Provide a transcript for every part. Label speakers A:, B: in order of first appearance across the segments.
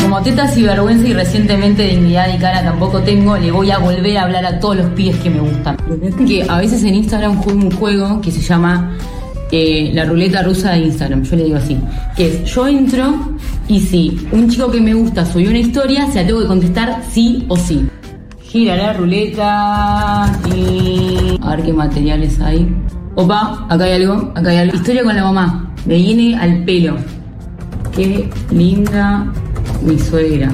A: Como tetas y vergüenza y recientemente dignidad y cara tampoco tengo, le voy a volver a hablar a todos los pies que me gustan. Que a veces en Instagram juego un juego que se llama eh, la ruleta rusa de Instagram, yo le digo así, que es yo entro y si un chico que me gusta subió una historia, se la tengo que contestar sí o sí. Gira la ruleta y... A ver qué materiales hay. Opa, acá hay algo, acá hay algo. Historia con la mamá, me viene al pelo. Qué linda mi suegra.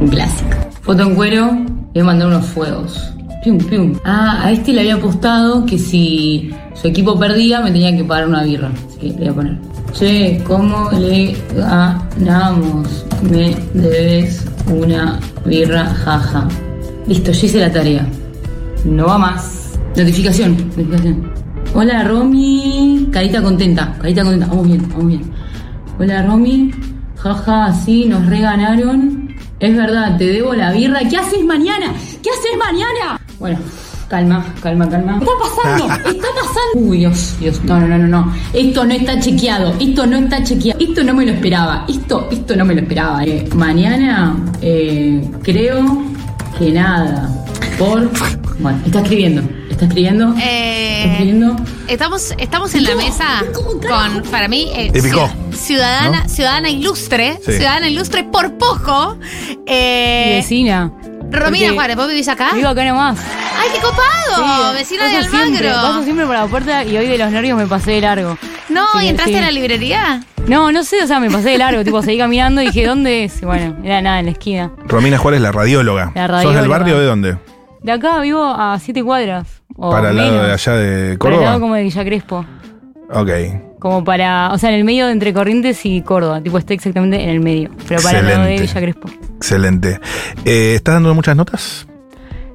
A: un clásico. Foto en cuero, le voy a mandar unos fuegos. Pium, pium. Ah, a este le había apostado que si su equipo perdía me tenía que pagar una birra. Así que le voy a poner. Che, ¿cómo le ganamos? Me debes una birra, jaja. Listo, ya hice la tarea. No va más. Notificación, notificación. Hola Romy, carita contenta, carita contenta, vamos bien, vamos bien. Hola Romy, jaja, sí, nos reganaron. Es verdad, te debo la birra. ¿Qué haces mañana? ¿Qué haces mañana? Bueno, calma, calma, calma. Está pasando, está pasando. Uy, Dios, Dios, no, no, no, no, no. Esto no está chequeado, esto no está chequeado. Esto no me lo esperaba, esto, esto no me lo esperaba. Eh, mañana, eh, creo que nada. Por. Bueno, está escribiendo, está escribiendo.
B: Eh,
A: está escribiendo.
B: Estamos, estamos en la
A: ¿Cómo?
B: mesa
A: ¿Cómo carajo?
B: con, para mí, eh,
C: Te picó,
B: ciu- ciudadana,
C: ¿no?
B: ciudadana ilustre,
C: Sí.
B: ciudadana ilustre por poco.
D: Mi
B: Eh,
D: vecina.
B: Romina
D: porque
B: Juárez, ¿vos vivís acá?
D: Vivo acá nomás.
B: ¡Ay, qué copado!
D: Sí,
B: Oh,
D: eh,
B: vecina de
D: paso
B: Almagro.
D: Siempre, paso siempre por la puerta y hoy de los nervios me pasé de largo.
B: No,
D: Sí,
B: ¿y entraste
D: sí.
B: a la librería?
D: No, no sé, o sea, me pasé de largo, tipo, seguí caminando y dije, ¿dónde es? Y bueno, era nada, en la esquina.
C: Romina Juárez, la radióloga.
D: La
C: ¿Sos
D: radióloga.
C: del barrio de dónde?
D: De acá vivo a siete cuadras. O
C: Para el lado
D: menos.
C: de allá de
D: Para el lado
C: Córdoba.
D: como de Villa Crespo.
C: Ok.
D: Como para, o sea, en el medio de entre Corrientes y Córdoba. Tipo, está exactamente en el medio. Pero para el lado de
C: Excelente.
D: Villa Crespo.
C: Excelente. Eh, ¿Estás dando muchas notas?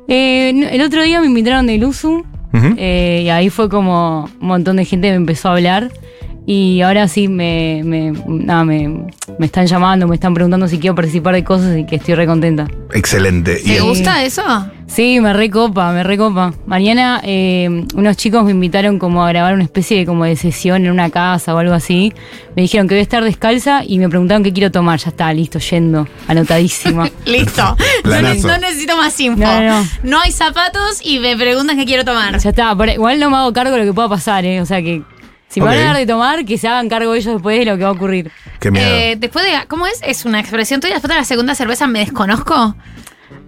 D: Eh, no, el otro día me invitaron de Luzu.
C: Ujú.
D: Eh, y ahí fue como un montón de gente me empezó a hablar. Y ahora sí me, me, nada, me, me están llamando, me están preguntando si quiero participar de cosas y que estoy re contenta.
C: Excelente. Y
B: ¿Te
C: el-
B: gusta eso?
D: Sí, me recopa, me recopa. Mañana eh, unos chicos me invitaron como a grabar una especie de como de sesión en una casa o algo así. Me dijeron que voy a estar descalza y me preguntaron qué quiero tomar. Ya está, listo, yendo, anotadísima.
B: Listo. No, ne-
C: Planazo.
B: no necesito más info.
D: No, no, no.
B: No hay zapatos y me preguntan qué quiero tomar.
D: Ya está, por- igual no me hago cargo de lo que pueda pasar, ¿eh? O sea que si me van
C: Ok.
D: a dar de tomar, que se hagan cargo ellos después de lo que va a ocurrir.
C: Qué miedo.
B: Eh, después de, ¿cómo es? Es una expresión tuya, después de la segunda cerveza me desconozco.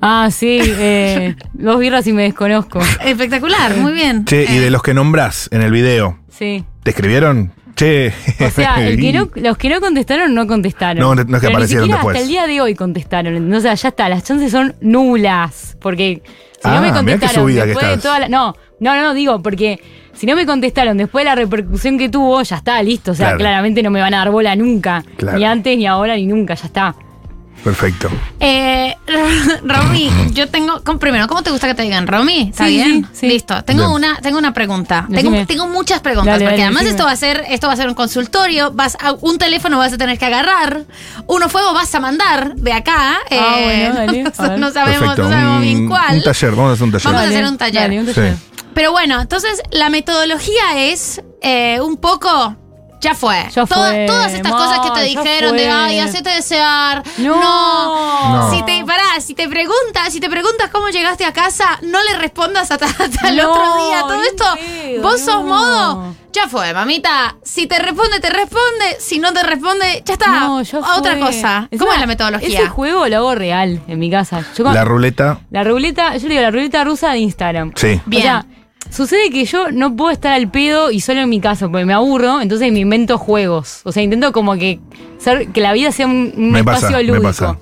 D: Ah, sí, eh, dos birras y me desconozco.
B: Espectacular, muy bien.
C: che, y
B: Eh,
C: de los que nombrás en el video,
D: Sí.
C: ¿te escribieron? Che.
D: O sea, el que no- los que no contestaron, no contestaron.
C: No, no es que
D: Pero ni
C: aparecieron
D: siquiera
C: después.
D: Hasta el día de hoy contestaron. ¿entendés? O sea, ya está, las chances son nulas. Porque si
C: Ah,
D: no me
C: mirá qué
D: contestaron
C: subida que
D: después de
C: estás.
D: toda la. No, no, no, no, digo, porque si no me contestaron después de la repercusión que tuvo, ya está, listo. O sea,
C: Claro.
D: claramente no me van a dar bola nunca.
C: Claro.
D: Ni antes, ni ahora, ni nunca, ya está.
C: Perfecto.
B: Eh, Romy, yo tengo. con- primero, ¿cómo te gusta que te digan? Romy, ¿está
D: Sí,
B: bien?
D: sí, sí.
B: Listo. Tengo
C: Bien.
B: una, tengo una pregunta.
D: Decime.
B: Tengo, tengo muchas preguntas.
D: Dale,
B: porque
D: dale,
B: además
D: decime.
B: esto va a ser, esto va a ser un consultorio. Vas a un teléfono vas a tener que agarrar. Uno fuego vas a mandar de acá. eh,
D: Ah, bueno, dale,
B: no-
D: a ver.
B: no sabemos,
C: Perfecto.
B: no sabemos bien
C: un,
B: cuál.
C: un taller, vamos a hacer un taller.
B: Vamos a
D: Dale,
B: hacer un taller.
D: dale, un
C: Sí.
D: taller.
B: Pero bueno, entonces la metodología es eh, un poco. Ya fue.
D: Ya
B: Todo-
D: fue,
B: todas estas
D: ma,
B: cosas que te
D: ya
B: dijeron de
D: fue.
B: ay, hacete desear.
D: No.
C: No.
B: Si te, pará, si te preguntas, si te preguntas cómo llegaste a casa, no le respondas hasta, hasta el
D: No,
B: otro día. Todo
D: ni
B: esto,
D: pedo,
B: vos sos
D: no.
B: modo. Ya fue, mamita. Si te responde, te responde. Si no te responde, ya está.
D: No, ya
B: A otra
D: fue.
B: cosa. ¿Cómo
D: Encima,
B: es la metodología?
D: Ese juego lo hago real en mi casa. Yo con-
C: La ruleta.
D: La ruleta, yo le digo, la ruleta rusa de Instagram.
C: Sí.
B: Bien.
D: O sea, sucede que yo no puedo estar al pedo y solo en mi casa, porque me aburro, entonces me invento juegos. O sea, intento como que ser- que la vida sea un, un
C: Me pasa,
D: espacio
C: me
D: lúdico.
C: pasa.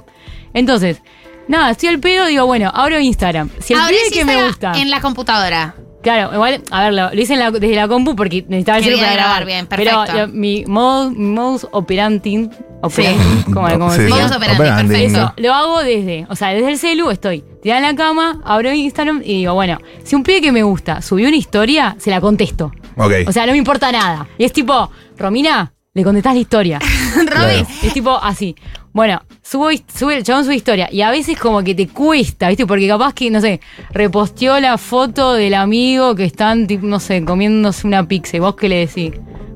D: Entonces, nada, estoy al pedo, digo, bueno, abro Instagram. Si el
B: Abrís
D: pibe que me
B: Instagram
D: gusta.
B: En la computadora.
D: Claro, igual, a ver, lo, lo hice en la- desde la compu porque necesitaba el
B: Quería
D: celu para
B: grabar,
D: grabar.
B: bien,
D: Pero lo-
B: perfecto.
D: mi modus, mi modus operandi, operandi, como, como
C: Sí.
D: decía.
B: Modus operandi, perfecto.
D: Lo hago desde, o sea, desde el celu estoy tirada en la cama, abro Instagram y digo, bueno, si un pibe que me gusta subió una historia, se la contesto.
C: Ok.
D: O sea, no me importa nada. Y es tipo, Romina, le contestás la historia.
B: Robin,
C: Claro.
D: Es tipo así. Bueno, subo, his- sube el chabón su historia. Y a veces como que te cuesta, ¿viste? Porque capaz que, no sé, reposteó la foto del amigo que están, tipo, no sé, comiéndose una pizza. ¿Y vos qué le decís?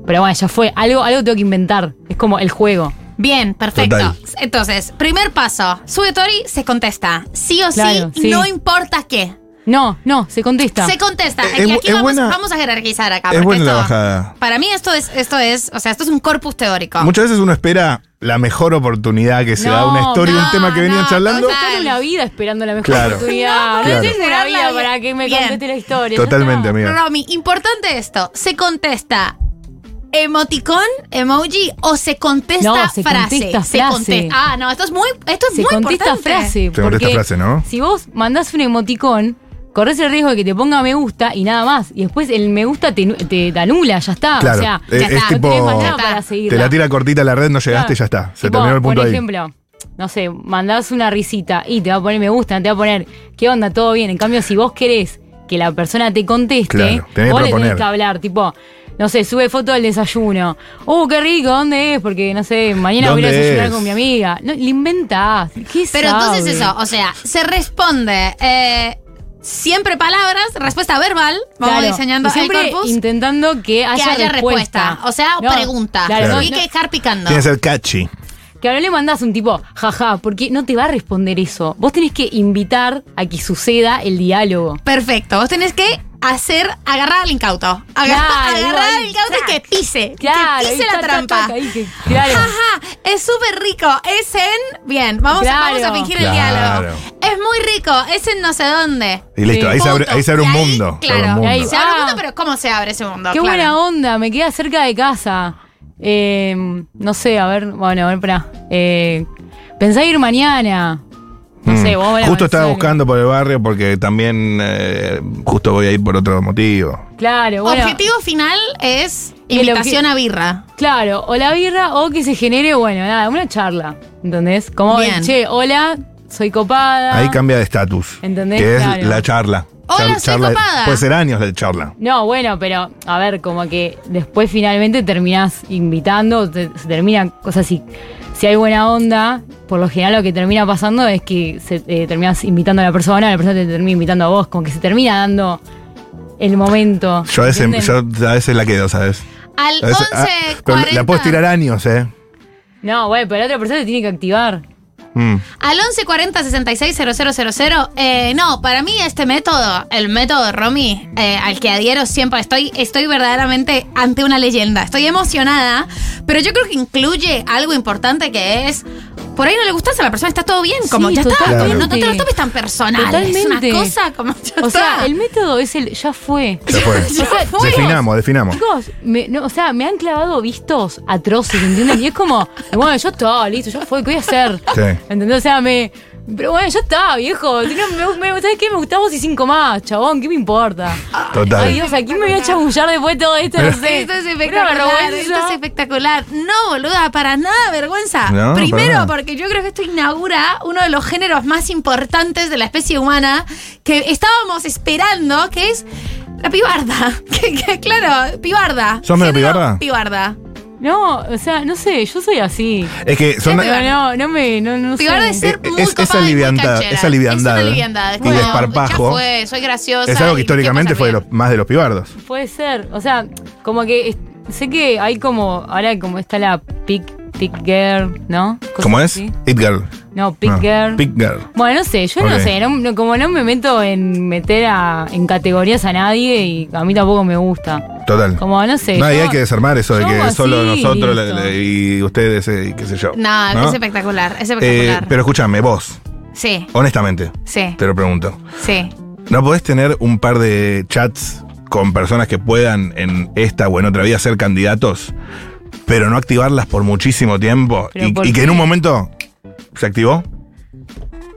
D: Pero bueno, ya fue. Algo, algo tengo que inventar. Es como el juego.
B: Bien, perfecto.
C: Total.
B: Entonces, primer paso. Sube Tori, se contesta. Sí o
D: Claro,
B: sí,
D: sí.
B: no importa qué.
D: No, no, se contesta.
B: Se contesta.
C: Eh,
B: Y
C: es-
B: aquí
C: es
B: vamos,
C: buena-
B: vamos a jerarquizar acá.
C: es
B: porque
C: buena la
B: esto-
C: bajada.
B: Para mí esto es, esto es, o sea, esto es un corpus teórico.
C: Muchas veces uno espera la mejor oportunidad que se
D: No,
C: da una historia,
B: no,
C: un tema que venían
B: no,
C: charlando.
B: total.
D: Total una vida esperando la mejor
C: Claro.
D: oportunidad.
C: No, claro.
D: No, tengo una vida para que me
B: Bien.
D: conteste la historia. ya
C: Totalmente,
D: está.
C: amiga.
B: Romy, importante esto. ¿Se contesta emoticón, emoji o se contesta
D: No, se
B: frase?
D: contesta
B: Se
D: frase.
B: conte- Ah, no, esto es muy, esto es
D: Se
B: muy
D: contesta
B: importante.
D: frase.
C: Se contesta
D: porque
C: frase, ¿no?
D: Si vos mandás un emoticón, corres el riesgo de que te ponga me gusta y nada más. Y después el me gusta te, nu- te- te anula, ya está.
C: Claro,
D: o sea,
C: eh,
D: ya
B: es
D: está,
C: tipo-
D: no tenés más nada
B: Ya
D: para
B: está.
D: seguirla.
C: Te la tira cortita la red, no llegaste y ya está. Se
D: Tipo,
C: terminó el punto
D: Por
C: ahí.
D: ejemplo, no sé, mandás una risita y te va a poner me gusta, te va a poner qué onda, todo bien. En cambio, si vos querés que la persona te conteste,
C: Claro, tenés que
D: vos le tenés
C: proponer.
D: que hablar, tipo. No sé, sube foto del desayuno. Oh, qué rico, ¿dónde es? Porque, no sé, mañana voy a ir a
C: ¿Dónde
D: desayunar
C: es?
D: con mi amiga. No, le inventás. ¿Qué
B: Pero
D: sabe?
B: entonces eso, o sea, se responde eh, siempre palabras, respuesta verbal, vamos
D: Claro,
B: diseñando
D: y siempre
B: el corpus.
D: intentando que haya,
B: que haya respuesta. O sea,
D: No,
B: pregunta.
D: claro,
B: No
D: no,
B: hay
D: no,
B: que dejar picando.
C: Tiene que ser catchy.
D: Que ahora le mandás un tipo, jaja, porque no te va a responder eso. Vos tenés que invitar a que suceda el diálogo.
B: Perfecto. Vos tenés que hacer, agarrar al incauto. Agar-
D: Claro,
B: agarrar al
D: ahí,
B: incauto y que
D: tac.
B: pise.
D: Claro,
B: que
D: ahí,
B: pise
D: ta,
B: la
D: ta,
B: trampa.
D: ta, ahí que- claro.
B: Ajá, es súper rico. Es en. Bien, vamos, a- vamos a
D: Claro.
B: fingir
C: Claro.
B: el diálogo. Es muy rico. Es en no sé dónde.
C: Y listo,
D: Sí.
C: ahí se abre,
B: Punto.
C: ahí se abre un
B: Y ahí,
C: mundo. se abre
B: claro.
C: un mundo.
D: Y ahí-
B: Se abre un
D: Ah.
B: mundo, pero ¿cómo se abre ese mundo?
D: Qué
B: Claro.
D: buena onda, me queda cerca de casa. Eh, no sé, a ver, bueno, a ver, pará. Eh, pensá ir mañana. No
C: Mm.
D: sé, vos volás
C: Justo estaba
D: mañana.
C: buscando por el barrio porque también eh, justo voy a ir por otro motivo.
D: Claro, bueno.
B: Objetivo final es
D: Y el
B: invitación
D: obje-
B: a birra.
D: Claro, o la birra o que se genere, bueno, nada, una charla. ¿Entendés? Como,
B: Bien.
D: che, hola, soy copada.
C: Ahí cambia de estatus.
D: Ah. ¿Entendés?
C: Que es
D: Claro.
C: la charla.
B: Hola, soy copada.
C: Puede ser años de charla.
D: No, bueno, pero a ver, como que después finalmente terminás invitando, te- se termina, cosas así. Si hay buena onda, por lo general lo que termina pasando es que se, eh, terminás invitando a la persona, la persona te termina invitando a vos, como que se termina dando el momento.
C: Yo a, veces,
D: ¿entienden?
C: yo a veces la quedo, ¿sabes?
B: Al
C: A veces-
B: 11.
C: ah, pero la- la puedes tirar años, ¿eh?
D: No, güey, pero la otra persona te tiene que activar.
C: Mm.
B: Al 1140 66 000, eh, no, para mí este método, el método de Romy, eh, al que adhiero siempre, estoy, estoy verdaderamente ante una leyenda. Estoy emocionada, pero yo creo que incluye algo importante que es. Por ahí no le gustas a la persona, está todo bien, como
D: Sí,
B: ya está,
D: totalmente.
B: como no, no te lo tomes tan personal.
D: Totalmente.
B: Es una cosa como ya
D: O sea,
B: está.
D: el método es el ya fue.
C: Ya fue.
B: Ya fue.
C: definamos, definamos.
D: Chicos, me- no, o sea, me han clavado vistos atroces, ¿entienden? Y es como, bueno, yo está, listo, ya fue, ¿qué voy a hacer?
C: Sí.
D: ¿Entendés? O sea, me. Pero bueno, ya está, viejo. Si no, me, me- ¿Sabes qué? Me gustás vos y cinco más, chabón, ¿qué me importa?
C: Total.
D: Ay, Dios, ¿a quién me voy a chabullar después de todo esto? No sé.
B: Esto es
D: Una
B: espectacular,
D: vergüenza.
B: esto es espectacular. No, boluda, para nada vergüenza.
C: No,
B: Primero,
C: para nada.
B: porque yo creo que esto inaugura uno de los géneros más importantes de la especie humana que estábamos esperando, que es la pibarda. Que, que, claro, pibarda.
C: ¿Sos medio
B: Género
C: pibarda?
B: Pibarda.
D: No, o sea, no sé, yo soy así.
C: Es que son.
B: Es
D: Pero no, no me. No, no sé.
B: Pibarda es ser
C: Eh,
B: muy
C: es-
B: copada
C: esa
B: y muy
C: liviandad,
B: canchera.
C: esa liviandad.
B: Es
C: ¿eh?
B: una liviandad.
C: Y
B: como,
C: desparpajo.
B: Ya fue, soy graciosa.
C: Es
B: y
C: algo que
B: ¿qué
C: históricamente
B: pasa,
C: fue de
B: pibe?
C: los- más de los pibardos.
D: Puede ser, o sea, como que es- sé que hay como, ahora como está la Pick, pick Girl, ¿no? Cosas
C: ¿Cómo es? Ah.
D: así.
C: It Girl.
D: No, Pick
C: No,
D: Girl.
C: Pick Girl.
D: Bueno, no sé, yo no
C: Ok.
D: sé, no- no- como no me meto en meter a, en categorías a nadie y a mí tampoco me gusta.
C: Total.
D: Como, no sé.
C: No, y
D: yo-
C: hay que desarmar eso de
D: yo
C: que
D: hago así,
C: solo nosotros la-
D: listo.
C: la- y ustedes eh, y qué sé yo.
B: No, es espectacular. Es
C: Eh,
B: espectacular.
C: pero escúchame, vos,
B: sí,
C: honestamente,
B: sí,
C: te lo pregunto.
B: sí.
C: ¿No podés tener un par de chats con personas que puedan en esta o en otra vida ser candidatos, pero no activarlas por muchísimo tiempo?
D: Pero
C: Y,
D: ¿por
C: y que
D: qué?
C: en un momento se activó.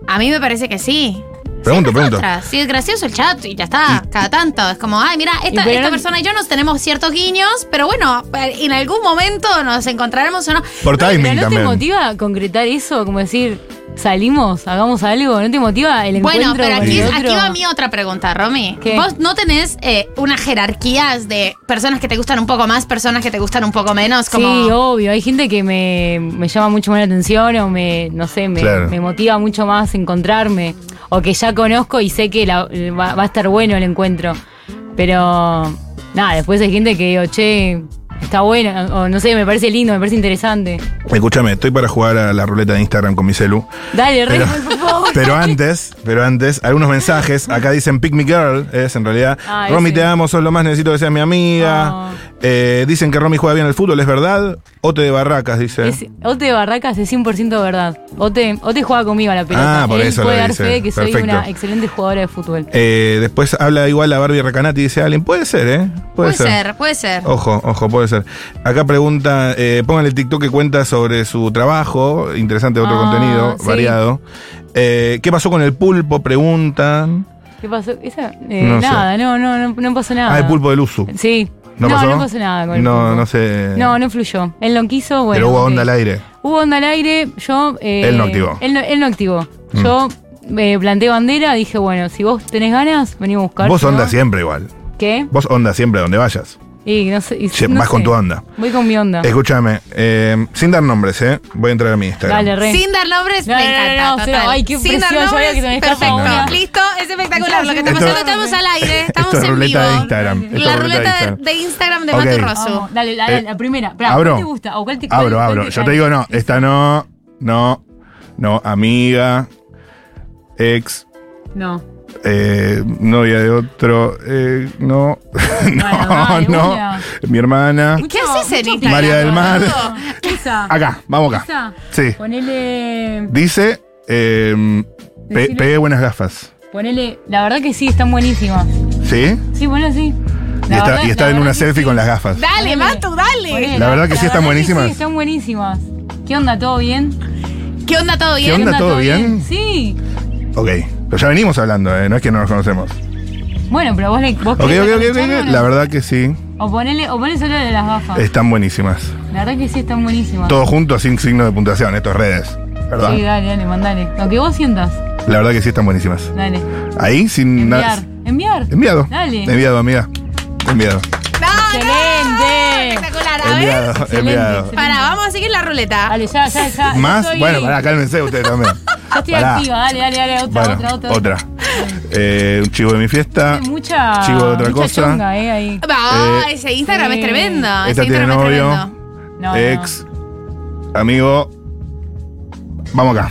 B: A mí me parece que sí.
C: Pregunto, pregunto.
B: Si es gracioso el chat y ya está, cada tanto. Es como, ay, mira, esta,
D: Y pero
B: esta
D: no-
B: persona y yo nos tenemos ciertos guiños, pero bueno, eh, en algún momento nos encontraremos o no.
C: Por
D: Pero
C: timing
D: ¿no
C: también.
D: te motiva a concretar eso? Como decir, salimos, hagamos algo. ¿No te motiva el
B: Bueno,
D: encuentro?
B: pero
D: con
B: aquí,
D: el
B: es-
D: otro?
B: aquí va mi otra pregunta, Romy.
D: ¿Qué?
B: Vos no tenés eh, unas jerarquías de personas que te gustan un poco más, personas que te gustan un poco menos, como...
D: Sí, obvio. Hay gente que me, me llama mucho más la atención o me, no sé, me,
C: Claro.
D: me motiva mucho más encontrarme. O que ya conozco y sé que la- va, va a estar bueno el encuentro. Pero, nada, después hay gente que digo, che, Está buena, o no sé, me parece lindo, me parece interesante.
C: Escúchame, estoy para jugar a la ruleta de Instagram con mi celu.
D: Dale,
C: Pero,
D: Remo, por favor.
C: pero antes, pero antes, algunos mensajes. Acá dicen Pick Me Girl, es en realidad.
D: Ah,
C: Romy,
D: ese.
C: te amo, sos lo más, necesito que seas mi amiga.
D: Ah.
C: Eh, dicen que Romy juega bien al fútbol, ¿es verdad? Ote de Barracas, dice.
D: Es- Ote de Barracas es 100% verdad. Ote, Ote juega conmigo a la pelota.
C: Ah, por
D: Él
C: eso
D: puede
C: lo
D: dar
C: dice.
D: fe de que soy
C: Perfecto.
D: una excelente jugadora de fútbol.
C: Eh, después habla igual a Barbie Recanati y dice alguien, puede ser, ¿eh?
B: Puede ser, puede ser.
D: Oh,
C: Ojo, ojo, puede ser. Acá pregunta, eh, póngale el TikTok que cuenta sobre su trabajo, interesante otro
D: Ah,
C: contenido,
D: sí.
C: variado. Eh, ¿Qué pasó con el pulpo? Preguntan.
D: ¿Qué pasó? Esa, eh,
C: No sé.
D: nada, no, no, no, no pasó nada.
C: Ah, el pulpo del uso.
D: Sí.
C: ¿No pasó?
D: no pasó nada con el
C: No,
D: pulpo.
C: no sé.
D: No, no fluyó. Él no quiso, bueno.
C: Pero hubo
D: ok.
C: onda al aire.
D: Hubo onda al aire, yo... eh,
C: Él no activó.
D: Él no, él no activó.
C: Mm.
D: Yo eh, planteé bandera, dije, bueno, si vos tenés ganas, vení a buscar.
C: Vos
D: si no-
C: onda siempre igual.
D: ¿Qué?
C: Vos onda siempre a donde vayas.
D: Y no sé... y
C: Che,
D: no
C: vas con
D: sé.
C: tu onda.
D: Voy con mi onda.
C: Escúchame, eh, sin dar nombres, ¿eh? Voy a entrar a mi Instagram.
D: Dale, re.
B: Sin dar nombres,
D: No,
B: me
D: no, no,
B: encanta.
D: no,
B: total.
D: cero. Ay, qué
B: Sin dar
D: presión, yo
B: nombres,
D: veo que se me escapa
B: perfecto.
C: una.
B: Listo, es espectacular lo que está
D: Esto-
B: pasando. Estamos al aire, estamos
C: esto
B: en
C: es
B: vivo.
C: ruleta de Instagram, esto es
B: la
C: ruleta de
B: ruleta de-
C: Instagram.
B: de Instagram de
C: Ok.
B: Matu
D: Vamos,
B: Rosso.
D: dale, dale,
C: Eh,
D: la primera. Pará,
C: abro.
D: ¿Cuál te gusta? ¿O cuál
B: este
D: te,
C: Abro,
D: cuál- cuál
C: abro.
D: te-
C: Yo te digo, no, esta no, no, no, amiga, ex,
D: No.
C: eh, novia de otro, eh, no,
D: Bueno,
C: no,
D: dale,
C: no,
D: una.
C: mi hermana,
B: ¿Qué haces en Instagram?
C: María del Mar.
D: Esa.
C: Acá, vamos acá.
D: Esa.
C: Sí,
D: Ponele.
C: dice, eh, pe-
D: Decile.
C: pegué buenas gafas.
D: Ponele. La verdad que sí, están buenísimas.
C: ¿Sí?
D: Sí, ponele así.
C: Y
D: La verdad-
C: está, y está
D: la
C: en
D: verdad
C: una
D: que
C: selfie
D: sí.
C: con las gafas.
B: Dale,
D: Ponele.
B: Matu,
D: Ponele,
B: dale.
C: La verdad que sí, están
D: verdad
C: buenísimas.
D: sí, están buenísimas. ¿Qué onda? ¿Todo bien?
B: ¿Qué onda todo
C: ¿Qué
B: bien?
C: onda? ¿Todo bien?
D: Sí.
C: Ok, pero ya venimos hablando, ¿eh? No es que no nos conocemos.
D: Bueno, pero vos le. Vos
C: Ok, ok,
D: querés
C: ok,
D: estar
C: ok,
D: escuchando, ¿no? Ah.
C: la verdad que sí,
D: O ponele, o ponele solo de las gafas.
C: están buenísimas.
D: La verdad que sí, están buenísimas.
C: Todo junto sin signo de puntuación, esto es redes. ¿Verdad?
D: Sí, dale, dale, mandale. Lo que vos sientas,
C: La verdad que sí están buenísimas.
D: dale.
C: Ahí sin
D: Enviar.
C: nada.
D: Enviar.
C: Enviado.
D: Dale.
C: Enviado, amiga. Enviado.
B: No, no,
D: Excelente.
B: Espectacular. A ver.
C: Enviado,
D: excelente,
C: enviado.
D: excelente.
B: Pará, vamos a seguir la ruleta.
D: Dale, ya, ya, ya. ya
C: Más,
D: estoy-
C: bueno, pará, cálmense ustedes también.
D: Ya estoy
C: Pará.
D: activa, dale, dale, dale, otra,
C: Bueno,
D: otra, otra.
C: Eh, un chivo de mi fiesta.
D: Tiene Mucha,
C: Chivo de otra
D: mucha
C: cosa.
D: chonga, eh, ahí.
B: Va,
C: Eh,
B: ese Instagram
D: sí.
B: es tremendo.
D: Ah,
C: Esta
B: ese
C: tiene
B: Instagram es
C: novio.
B: tremendo.
D: No, no.
C: Ex. Amigo. Vamos acá.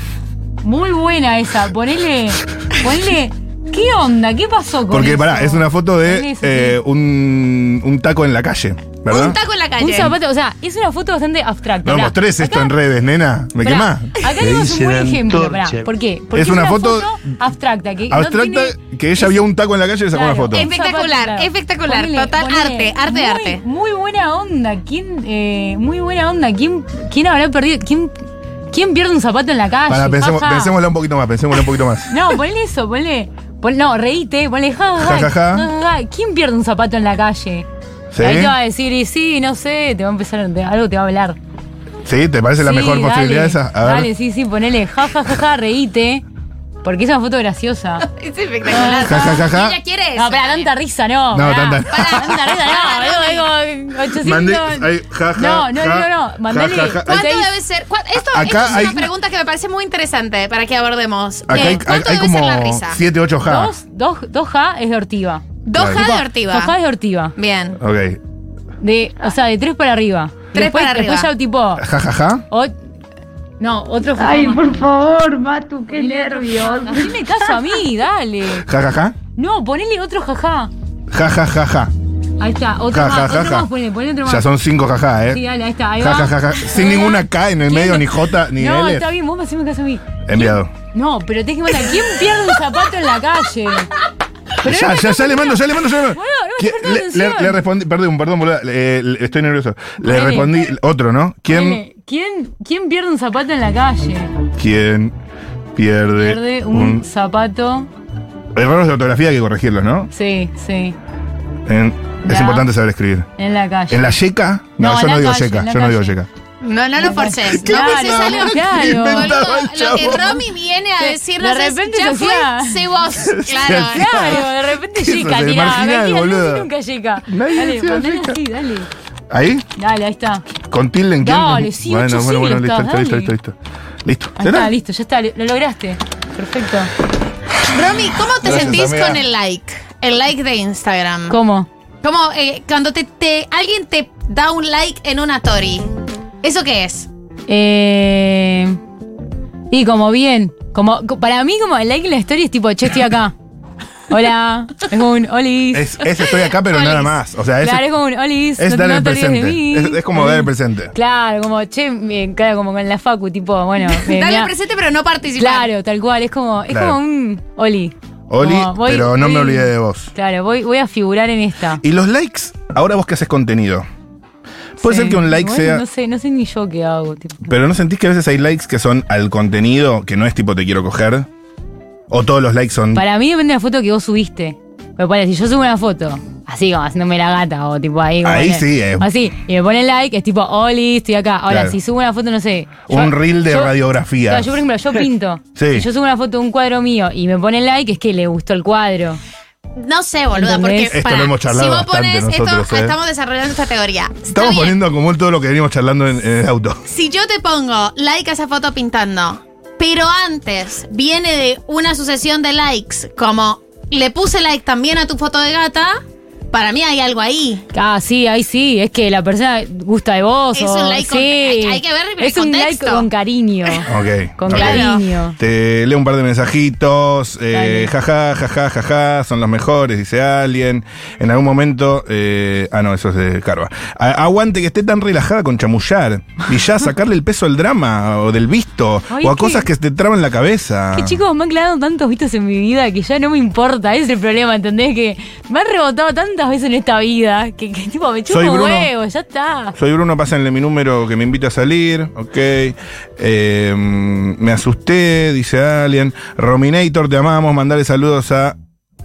D: Muy buena esa, ponele, ponele, ¿qué onda? ¿Qué pasó con
C: Porque
D: eso?
C: pará, es una foto
D: Ponele
C: de
D: eso,
C: eh,
D: sí.
C: un, un taco en la calle, ¿verdad?
B: Un taco en la calle.
D: Un zapato, o sea, es una foto bastante abstracta.
C: No
D: pará.
C: mostrés esto en redes, nena. ¿Me
D: Pará,
C: quemás?
D: Acá tenemos un
E: dicen
D: buen ejemplo, pará.
E: antorcha.
D: ¿Por qué? Porque
C: Es una foto
D: abstracta. Que no
C: Abstracta
D: tiene-
C: que ella vio un taco en la calle y le sacó una
D: Claro.
C: foto.
B: En Espectacular, espectacular, total arte, arte,
D: muy,
B: arte.
D: Muy buena onda, ¿quién, eh, muy buena onda, ¿quién, quién habrá perdido, quién, quién pierde un zapato en la calle?
C: Para, pensemos,
D: Jaja.
C: pensémosla un poquito más, pensémosla un poquito más.
D: No, ponle eso, ponle, pon- no, reíte, ponle ja, ja,
C: Ja, ja,
D: ja,
C: ja.
D: ja, ja, ja. ¿quién pierde un zapato en la calle?
C: ¿Sí?
D: Ahí te va a decir, y sí, no sé, te va a empezar, te- algo te va a hablar.
C: ¿Sí? ¿Te parece la
D: Sí,
C: mejor
D: dale,
C: posibilidad esa? A ver.
D: Dale, sí, sí, ponele ja, ja, ja, ja, reíte, porque es una foto graciosa.
B: Es espectacular.
C: Ja, ja, ja, ja.
B: Ella quiere eso.
D: No, para tanta risa, no.
C: No,
D: pará.
C: tanta-
D: Pará, tanta risa, no. Luego digo, 800.
C: Mandé- ahí, ja, ja,
D: no, no, no,
C: ja,
D: no. Mandale.
C: ja, ja, ja.
B: ¿Cuánto
D: seis-
B: debe ser? ¿Cuá- Esto,
C: Acá
B: esto es una
C: hay-
B: pregunta que me parece muy interesante para que abordemos.
C: Acá
B: Eh,
C: hay, hay-
B: ¿Cuánto
C: hay
B: debe ser la
C: como
B: risa?
C: 7, 8 ja.
D: Dos, dos, dos ja es de ortiva.
B: Dos
C: Claro.
B: ja de ortiva.
D: Dos ja es de ortiva.
B: Bien.
C: Ok.
D: De, o sea, de tres para arriba.
B: Tres
D: después,
B: para
D: Después
B: arriba.
D: ya tipo.
C: Ja, ja, ja.
D: o- no, otro ja.
F: Ay,
D: más.
F: por favor, Matu, qué nervios.
D: Haceme caso a mí, dale.
C: Ja, ja, ja.
D: No, ponele otro jajá.
C: Ja, ja, ja, ja.
D: Ahí está, otro
C: Ja,
D: más,
C: ja, ja,
D: otro
C: ja.
D: más, ponele, ponele otro más.
C: Ya son 5 ja, ja,
D: Sí,
C: eh.
D: dale, ahí está, ahí
C: Ja,
D: va.
C: ja, ja, ja. Sin
D: Ahí
C: ninguna
D: va.
C: K en el
D: ¿Quién
C: medio,
D: no-
C: ni J, ni
D: No,
C: L.
D: está bien, vos me haceme caso a mí.
C: Enviado.
D: No, pero tenés que mandar. ¿Quién pierde un zapato en la calle? Pero no
C: Ya,
D: me
C: ya,
D: estás
C: ya le
D: poniendo-
C: mando, ya le mando, ya le mando.
D: Boludo, no me
C: ¿Quién-
D: estás prestando
C: le, le-
D: atención.
C: le respondí, perdón, perdón, boludo, le- le- estoy nervioso. Le
D: Dale.
C: respondí otro, ¿no? ¿Quién,
D: Ponele, ¿Quién, ¿Quién pierde un zapato en la calle?
C: quién pierde,
D: Pierde un,
C: Eh, un...
D: zapato.
C: Errores de ortografía hay que corregirlos, ¿no?
D: Sí, sí.
C: En- es
D: Ya.
C: importante saber escribir.
D: En la calle.
C: ¿En la yeca?
D: No,
C: No, yo
D: en
C: no
D: la
C: digo
D: calle,
C: yeca,
D: en la
C: yo no digo
D: calle. pues
C: yeca.
B: No, no lo forces. No
D: Claro,
B: forces algo.
D: claro.
C: Inventaba
B: Boludo,
C: el
B: lo que
C: chabón.
B: Romy viene a
D: De-
B: decirnos
D: de
B: es,
D: repente
B: ya
D: se
B: fue,
D: hacía-
B: sé vos. Claro.
C: hacía-
D: Claro, de repente
C: Eso,
D: llega,
C: se
D: tirá.
C: marginal,
D: mentira,
C: boludo.
D: No, nunca llega.
C: Nadie
D: Dale,
C: decía
D: mandale
C: yeca.
D: así, dale.
C: ¿Ahí,
D: Dale, ahí está.
C: con tilde en quién.
D: Dale, sí,
C: bueno,
D: ocho
C: bueno, bueno, listo,
D: sílabas,
C: listo, listo, listo,
D: dale.
C: listo. Listo.
D: Ahí
C: ¿Ya
D: está,
C: está?
D: listo, ya está, lo lograste. Perfecto.
B: Romy, ¿cómo te
C: Gracias,
B: sentís
C: amiga.
B: con el like? El like de Instagram.
D: ¿Cómo?
B: Como eh, cuando te, te- alguien te da un like en una story. ¿Eso qué es?
D: Eh, y como bien. Como, co- para mí, como el like en la historia es tipo, che, estoy acá. Hola. Es como un olis.
C: Es, es estoy acá, pero nada más. O sea, es,
D: claro, es como un olis.
C: es
D: no-
C: dar
D: no
C: el
D: te olvides de
C: presente.
D: mí.
C: Es, es como dar el presente.
D: Claro, como, che, me- claro, como con la facu, tipo, bueno. me- me
B: Dale
D: da-
B: presente, pero no participar.
D: Eh, Claro, tal cual. Es como, es
C: Claro.
D: como un Oli.
C: Oli,
D: Como voy-
C: pero no me
D: voy-
C: olvidé de vos.
D: Claro, voy, voy a figurar en esta.
C: Y los likes, ahora vos que haces contenido. Puede
D: Sí.
C: ser que un like
D: Bueno,
C: sea.
D: No sé, no sé ni yo qué hago. tipo.
C: Pero ¿no sentís que a veces hay likes que son al contenido, que no es tipo te quiero coger? O todos los likes son.
D: Para mí depende de la foto que vos subiste. Pero para, si yo subo una foto, así como haciéndome la gata, o tipo ahí. como
C: Ahí
D: pone-
C: sí, eh.
D: Así, y me pone like, es tipo, Oli, estoy acá. Ahora,
C: Claro.
D: si subo una foto, no sé. yo-
C: un reel de
D: yo-
C: radiografía.
D: Claro, yo, por ejemplo, yo pinto.
C: Sí.
D: Si yo subo una foto de un cuadro mío y me pone like, es que le gustó el cuadro.
B: No sé, boluda, porque
D: ¿Entendés?
C: Esto
B: pará,
C: lo hemos charlado
B: si vos
C: bastante
B: pones
C: nosotros,
B: esto,
C: ¿eh?
B: estamos desarrollando esta teoría. Está
C: Estamos
B: bien.
C: poniendo a común todo lo que venimos charlando en, en el auto.
B: Si yo te pongo like a esa foto pintando, pero antes viene de una sucesión de likes, como le puse like también a tu foto de gata, para mí hay algo ahí.
D: Ah, sí, ahí sí, es que la persona gusta de vos.
B: Es
D: o-
B: un like
D: sí.
B: con- hay- hay que ver el
D: Es un like
B: contexto.
D: con cariño.
C: Ok.
D: Con
C: ok.
D: cariño.
C: Te leo un par de mensajitos. eh,
D: Dale.
C: Jaja, jaja, jaja, son los mejores, dice alguien. En algún momento. eh, ah, no, eso es de Carva. A- aguante que esté tan relajada con chamullar. Y ya sacarle el peso al drama o del visto.
D: Ay,
C: o a
D: qué-
C: cosas que te traban la cabeza.
D: Que chicos, me han clavado tantos vistos en mi vida que ya no me importa, ese es el problema, ¿entendés? Que me han rebotado tantas veces en esta vida que, que, tipo me chupo
C: Soy
D: un
C: Bruno.
D: huevo, ya está.
C: Soy Bruno, pásenle mi número que me invita a salir, ok. Eh, me asusté, dice alguien. Rominator, te amamos, mandarle saludos a,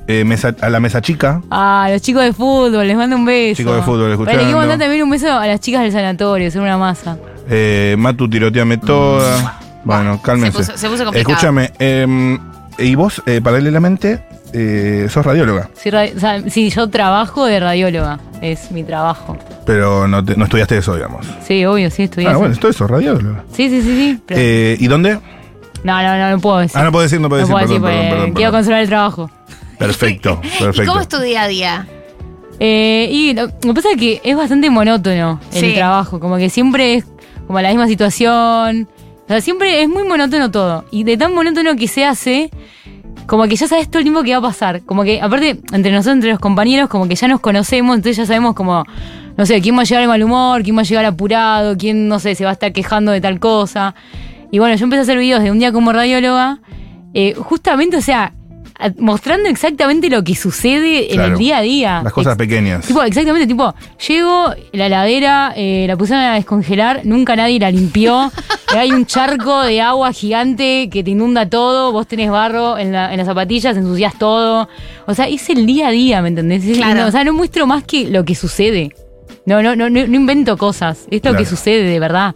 C: eh, mesa- a la mesa chica.
D: Ah, los chicos de fútbol, les mando un beso.
C: Chicos de fútbol,
D: Pero le
C: escuchando.
D: quiero mandar también un beso a las chicas del sanatorio, son una masa.
C: Eh, Matu, tiroteame toda. Bueno, cálmense.
B: Mm. Se puso- se puso complicado.
C: Escúchame, eh, y vos, eh, paralelamente, eh, sos radióloga,
D: Soy radi- o sea, sí, yo trabajo de radióloga, es mi trabajo.
C: pero no, te- no estudiaste eso, digamos.
D: Sí, obvio, sí, estudié.
C: Ah,
D: eso.
C: bueno, esto es sos radióloga.
D: Sí, sí, sí, sí. pero-
C: Eh, ¿Y dónde?
D: no, no, no, no puedo decir.
C: Ah, no puedo decir, no puedo
D: No
C: decir,
D: puedo
C: perdón,
D: decir,
C: perdón,
D: porque
C: perdón,
D: quiero
C: perdón.
D: conservar el trabajo.
C: Perfecto, perfecto.
B: eh, ¿Y cómo es tu día a día?
D: Eh, y lo lo que pasa es que es bastante monótono el
B: Sí.
D: trabajo, como que siempre es como la misma situación. O sea, siempre es muy monótono todo. Y de tan monótono que se hace, como que ya sabes todo el tiempo que va a pasar. Como que, aparte, entre nosotros, entre los compañeros, como que ya nos conocemos, entonces ya sabemos como, no sé, quién va a llegar de mal humor, quién va a llegar apurado, quién, no sé, se va a estar quejando de tal cosa. Y bueno, yo empecé a hacer videos de un día como radióloga, eh, justamente, o sea, a- mostrando exactamente lo que sucede en
C: Claro.
D: el día a día.
C: Las cosas
D: Ex-
C: pequeñas.
D: Tipo, exactamente, tipo, llego, la heladera, eh, la pusieron a descongelar, nunca nadie la limpió, y hay un charco de agua gigante que te inunda todo, vos tenés barro en, la- en las zapatillas, ensucias todo. O sea, es el día a día, ¿me entendés? Es-
B: Claro.
D: no, o sea, no muestro más que lo que sucede. No, no, no, no, no invento cosas, es lo
C: Claro.
D: que sucede de verdad.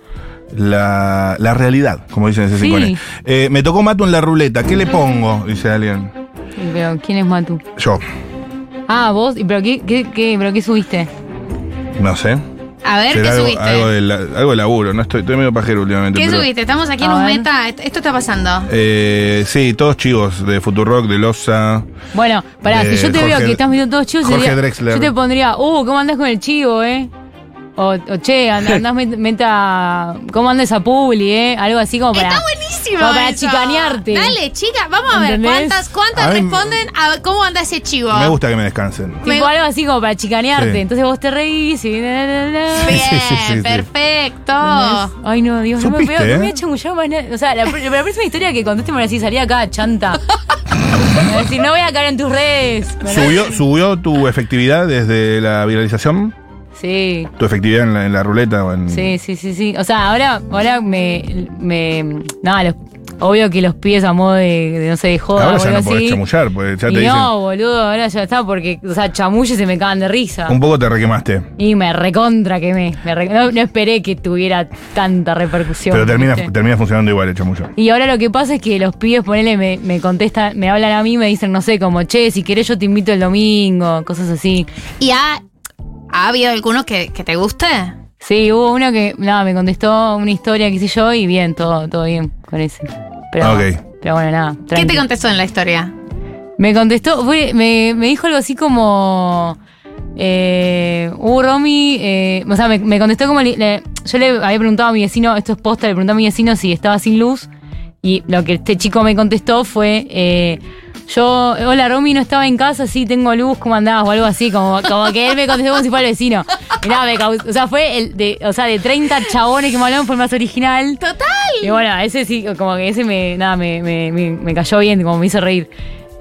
C: La, la realidad, como dicen ese
D: Sí.
C: 5 eh, Me tocó Matu en la ruleta, ¿qué le pongo? Dice alguien.
D: Y, Pero, ¿quién es Matu?
C: Yo,
D: Ah, vos, ¿Y pero qué, qué, qué- pero qué subiste?
C: no sé.
B: A ver, ¿qué
C: Será algo,
B: subiste?
C: algo de la- algo de laburo, no estoy, estoy medio pajero últimamente.
B: ¿Qué
C: pero-
B: subiste? Estamos aquí
D: A
B: en un
D: ver.
B: meta. Est- Esto está pasando.
C: Eh, sí, todos chivos de Futurock, de Loza.
D: Bueno, pará,
C: Eh,
D: si yo te
C: Jorge-
D: veo que estás metiendo todos chivos,
C: Jorge
D: sería-
C: Drexler.
D: yo te pondría, uh, ¿cómo andás con el chivo, eh? O, o, che, and- andás met- meta, ¿cómo andas a publi, eh? Algo así como para...
B: Está buenísimo.
D: como para
B: eso.
D: chicanearte.
B: Dale, chica, vamos a ver
D: ¿Entendés?
B: cuántas, cuántas
C: A mí-
B: responden a cómo anda ese chivo.
C: Me gusta que me descansen.
D: Tipo
B: me-
D: algo así como para chicanearte.
C: Sí.
D: Entonces vos te reís y... la, la, la, la.
B: Bien,
C: Sí, sí, sí, sí.
B: perfecto.
D: ¿Entendés? Ay, no, Dios, no me
C: Supiste,
D: veo,
C: ¿eh?
D: no me voy a changullar más nada. O sea, la, pr- la próxima historia que contaste me van a decir, salí acá, chanta. Me van a decir, no voy a caer en tus redes. Me van a-
C: ¿Subió, ¿Subió tu efectividad desde la viralización?
D: Sí.
C: ¿Tu efectividad en la, en la ruleta? o en-
D: Sí, sí, sí, sí. O sea, ahora, ahora me, me nada, los- obvio que los pies a modo de, de, no sé, de joda
C: Ahora
D: o
C: ya
D: algo
C: no podés
D: así.
C: chamullar, porque ya te
D: y
C: dicen.
D: no, boludo, ahora ya está, porque, o sea, chamulle se me cagan de risa.
C: Un poco te requemaste.
D: Y me recontra quemé. Me re- no, no esperé que tuviera tanta repercusión.
C: Pero termina,
D: ¿viste?
C: termina funcionando igual el chamullo.
D: Y ahora lo que pasa es que los pibes, ponele, me, me contestan, me hablan a mí, me dicen, no sé, como, che, si querés yo te invito el domingo, cosas así.
B: ¿Y ha, ha habido alguno que, que te guste?
D: Sí, hubo uno que, nada, me contestó una historia, qué sé yo, y bien, todo, todo bien con ese. Pero,
C: Ah, ok.
D: pero bueno, nada.
B: ¿Qué
D: tranqui.
B: te contestó en la historia?
D: Me contestó, fue- me, me dijo algo así como, Eh, uh, Romy, eh, o sea, me, me contestó como. le- le- yo le había preguntado a mi vecino, esto es posta, le pregunté a mi vecino si estaba sin luz. Y lo que este chico me contestó fue. eh, yo, hola Romy, no estaba en casa, sí, tengo luz, ¿cómo andabas? O algo así, como, como que él me contestó como si fuera el vecino. Mirá, me caus- o sea, fue el de, o sea, de 30 chabones que me hablaron, fue el más original.
B: Total.
D: Y bueno, ese sí, como que ese me, nada, me, me, me, me cayó bien, como me hizo reír.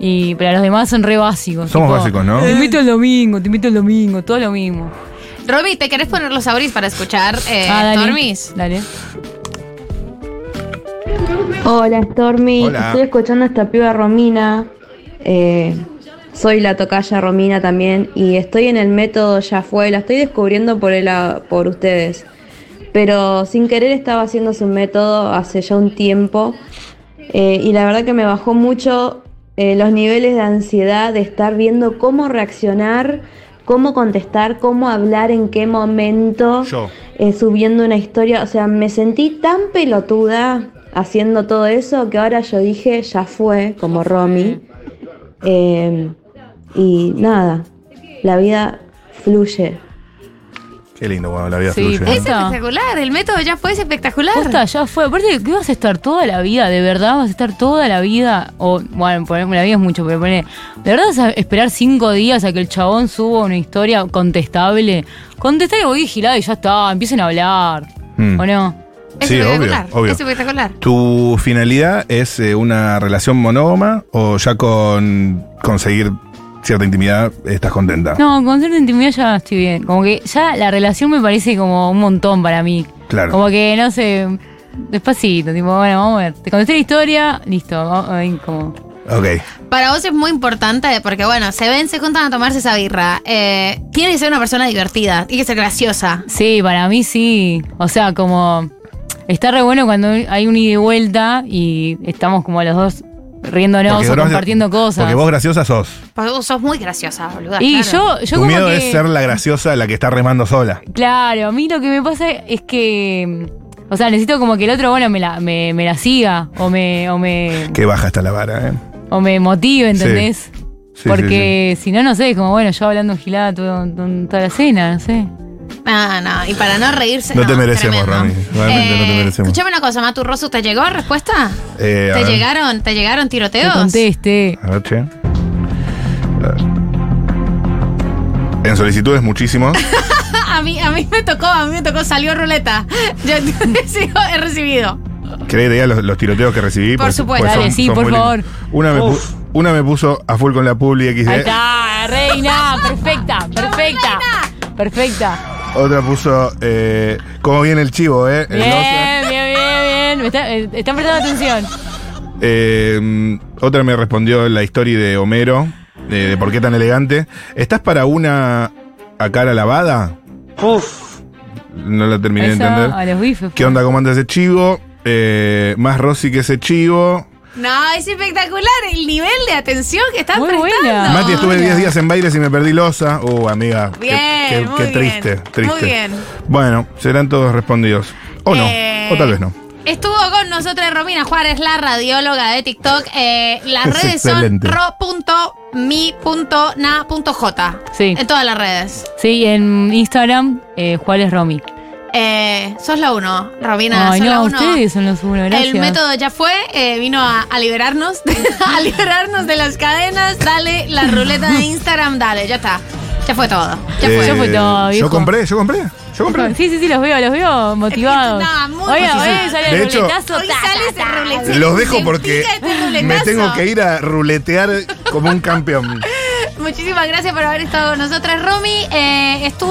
D: Y, pero los demás son re básicos.
C: Somos básicos, ¿no?
D: Te invito el domingo, te invito el domingo, todo lo mismo. Ah,
B: Romy, ¿te querés poner los auris para escuchar eh, Tormis?
D: Dale.
E: Hola Stormy,
C: Hola.
E: estoy escuchando a esta piba Romina. Eh, soy la tocaya Romina también y estoy en el método ya fue, la estoy descubriendo por, el, por ustedes. Pero sin querer estaba haciendo su método hace ya un tiempo eh, y la verdad que me bajó mucho eh, los niveles de ansiedad de estar viendo cómo reaccionar, cómo contestar, cómo hablar, en qué momento
C: Yo.
E: eh, subiendo una historia. O sea, me sentí tan pelotuda haciendo todo eso que ahora yo dije, ya fue, como Romy. Eh, y nada, la vida fluye.
C: Qué lindo cuando la vida
D: Sí,
C: fluye. ¿eh?
B: Es
D: Posta.
B: espectacular, el método ya fue es espectacular.
D: Posta, ya fue. Aparte, ¿qué vas a estar toda la vida? ¿De verdad vas a estar toda la vida? O, bueno, por- la vida es mucho, pero pone. ¿De verdad vas a esperar cinco días a que el chabón suba una historia contestable? Contestale, voy vigilado y ya está, empiecen a hablar.
C: Mm.
D: ¿O no?
B: Es
C: Sí,
B: espectacular,
C: obvio, obvio.
B: Es espectacular.
C: ¿Tu finalidad es eh, una relación monógama o ya con conseguir cierta intimidad estás contenta?
D: No, con cierta intimidad ya estoy bien. Como que ya la relación me parece como un montón para mí.
C: Claro.
D: Como que, no sé, despacito, tipo, bueno, vamos a ver. Te contesté la historia, listo, vamos a ver como...
C: Ok.
B: Para vos es muy importante porque, bueno, se ven, se juntan a tomarse esa birra. Eh, tiene que ser una persona divertida, tiene que ser graciosa.
D: Sí, para mí sí. O sea, como... Está re bueno cuando hay un ida y vuelta y estamos como los dos riéndonos o
C: vos-
D: compartiendo cosas.
C: Porque vos graciosa sos.
B: Porque vos sos muy graciosa, boluda.
D: y
B: claro.
D: yo, yo
C: tu
D: como
C: miedo
D: que...
C: es ser la graciosa la que está remando sola.
D: Claro, a mí lo que me pasa es que... O sea, necesito como que el otro, bueno, me la, me, me la siga o me... O me
C: Qué baja está la vara, ¿eh?
D: o me motive, ¿entendés?
C: Sí,
D: Porque si no, no sé, como bueno, yo hablando gilada todo- todo- toda la cena, no sé.
B: No, no, y para no reírse.
C: No te merecemos,
B: tremendo. Eh,
C: Rami, realmente no te merecemos.
B: Escuchame una cosa, Matu Rosu, ¿te llegó respuesta?
C: Eh, a
B: ¿Te
C: ver.
B: llegaron, ¿Te llegaron
D: Que
B: tiroteos?
D: conteste.
C: A ver, che. Eh, En solicitudes muchísimo.
B: A mí, a mí me tocó, a mí me tocó, salió ruleta. Yo sigo- he recibido.
C: ¿Querés que te diga los, los tiroteos que recibí?
B: Por
C: Pues-
B: supuesto.
C: pues son-
D: Dale, sí,
C: son
D: por
C: muy
D: favor.
C: lindos. Una me, pu- una me puso a full con la Publi XD.
D: Ahí está, reina, perfecta, perfecta, perfecta.
C: Otra puso, eh, como viene el chivo, ¿eh? El oso.
D: Bien, bien, bien, bien. Me está- eh, están prestando atención.
C: Eh, mm, otra me respondió la historia de Homero, de, de por qué tan elegante. ¿Estás para una a cara lavada? No la terminé de
D: Eso,
C: entender.
D: a los bifes.
C: ¿Qué onda? ¿Cómo anda ese chivo? Eh, más Rossi que ese chivo.
B: No, es espectacular el nivel de atención que están
D: Muy
B: prestando.
D: buena. No,
C: Mati, estuve 10 días en bailes y me perdí losa. Uh, amiga. qué-
B: Bien,
C: qué,
B: muy
C: qué
B: bien,
C: triste,
B: muy
C: triste.
B: bien.
C: Bueno, serán todos respondidos. O no,
B: Eh,
C: o tal vez no.
B: Estuvo con nosotros Romina Juárez, la radióloga de TikTok. Eh, las
C: Es
B: redes
C: excelente.
B: son ro.mi.na.j.
D: Sí.
B: En todas las redes.
D: Sí, en Instagram, eh, Juárez Romy.
B: Eh, sos la uno, Romina.
D: Ay,
B: sos la
D: no,
B: uno.
D: ustedes son los uno, gracias.
B: El método ya fue, eh, vino a, a liberarnos, a liberarnos de las cadenas. Dale la ruleta de Instagram, dale, ya está. Ya fue todo. Ya fue.
D: fue todo,
C: Eh, yo
D: viejo.
C: compré, yo compré, yo compré.
D: Sí, sí, sí, los veo, los veo motivados.
B: No, muy
D: Oiga,
B: motivados.
D: oiga, sale
C: De
D: el
C: hecho-
D: ruletazo.
B: Hoy
D: ta, ta,
B: sale
D: ta.
B: ese ruletazo.
C: Los dejo
B: Se
C: porque
B: pica este
C: me
B: ruletazo.
C: tengo que ir a ruletear como un campeón.
B: Muchísimas gracias por haber estado con nosotras, Romy. Eh, estuvo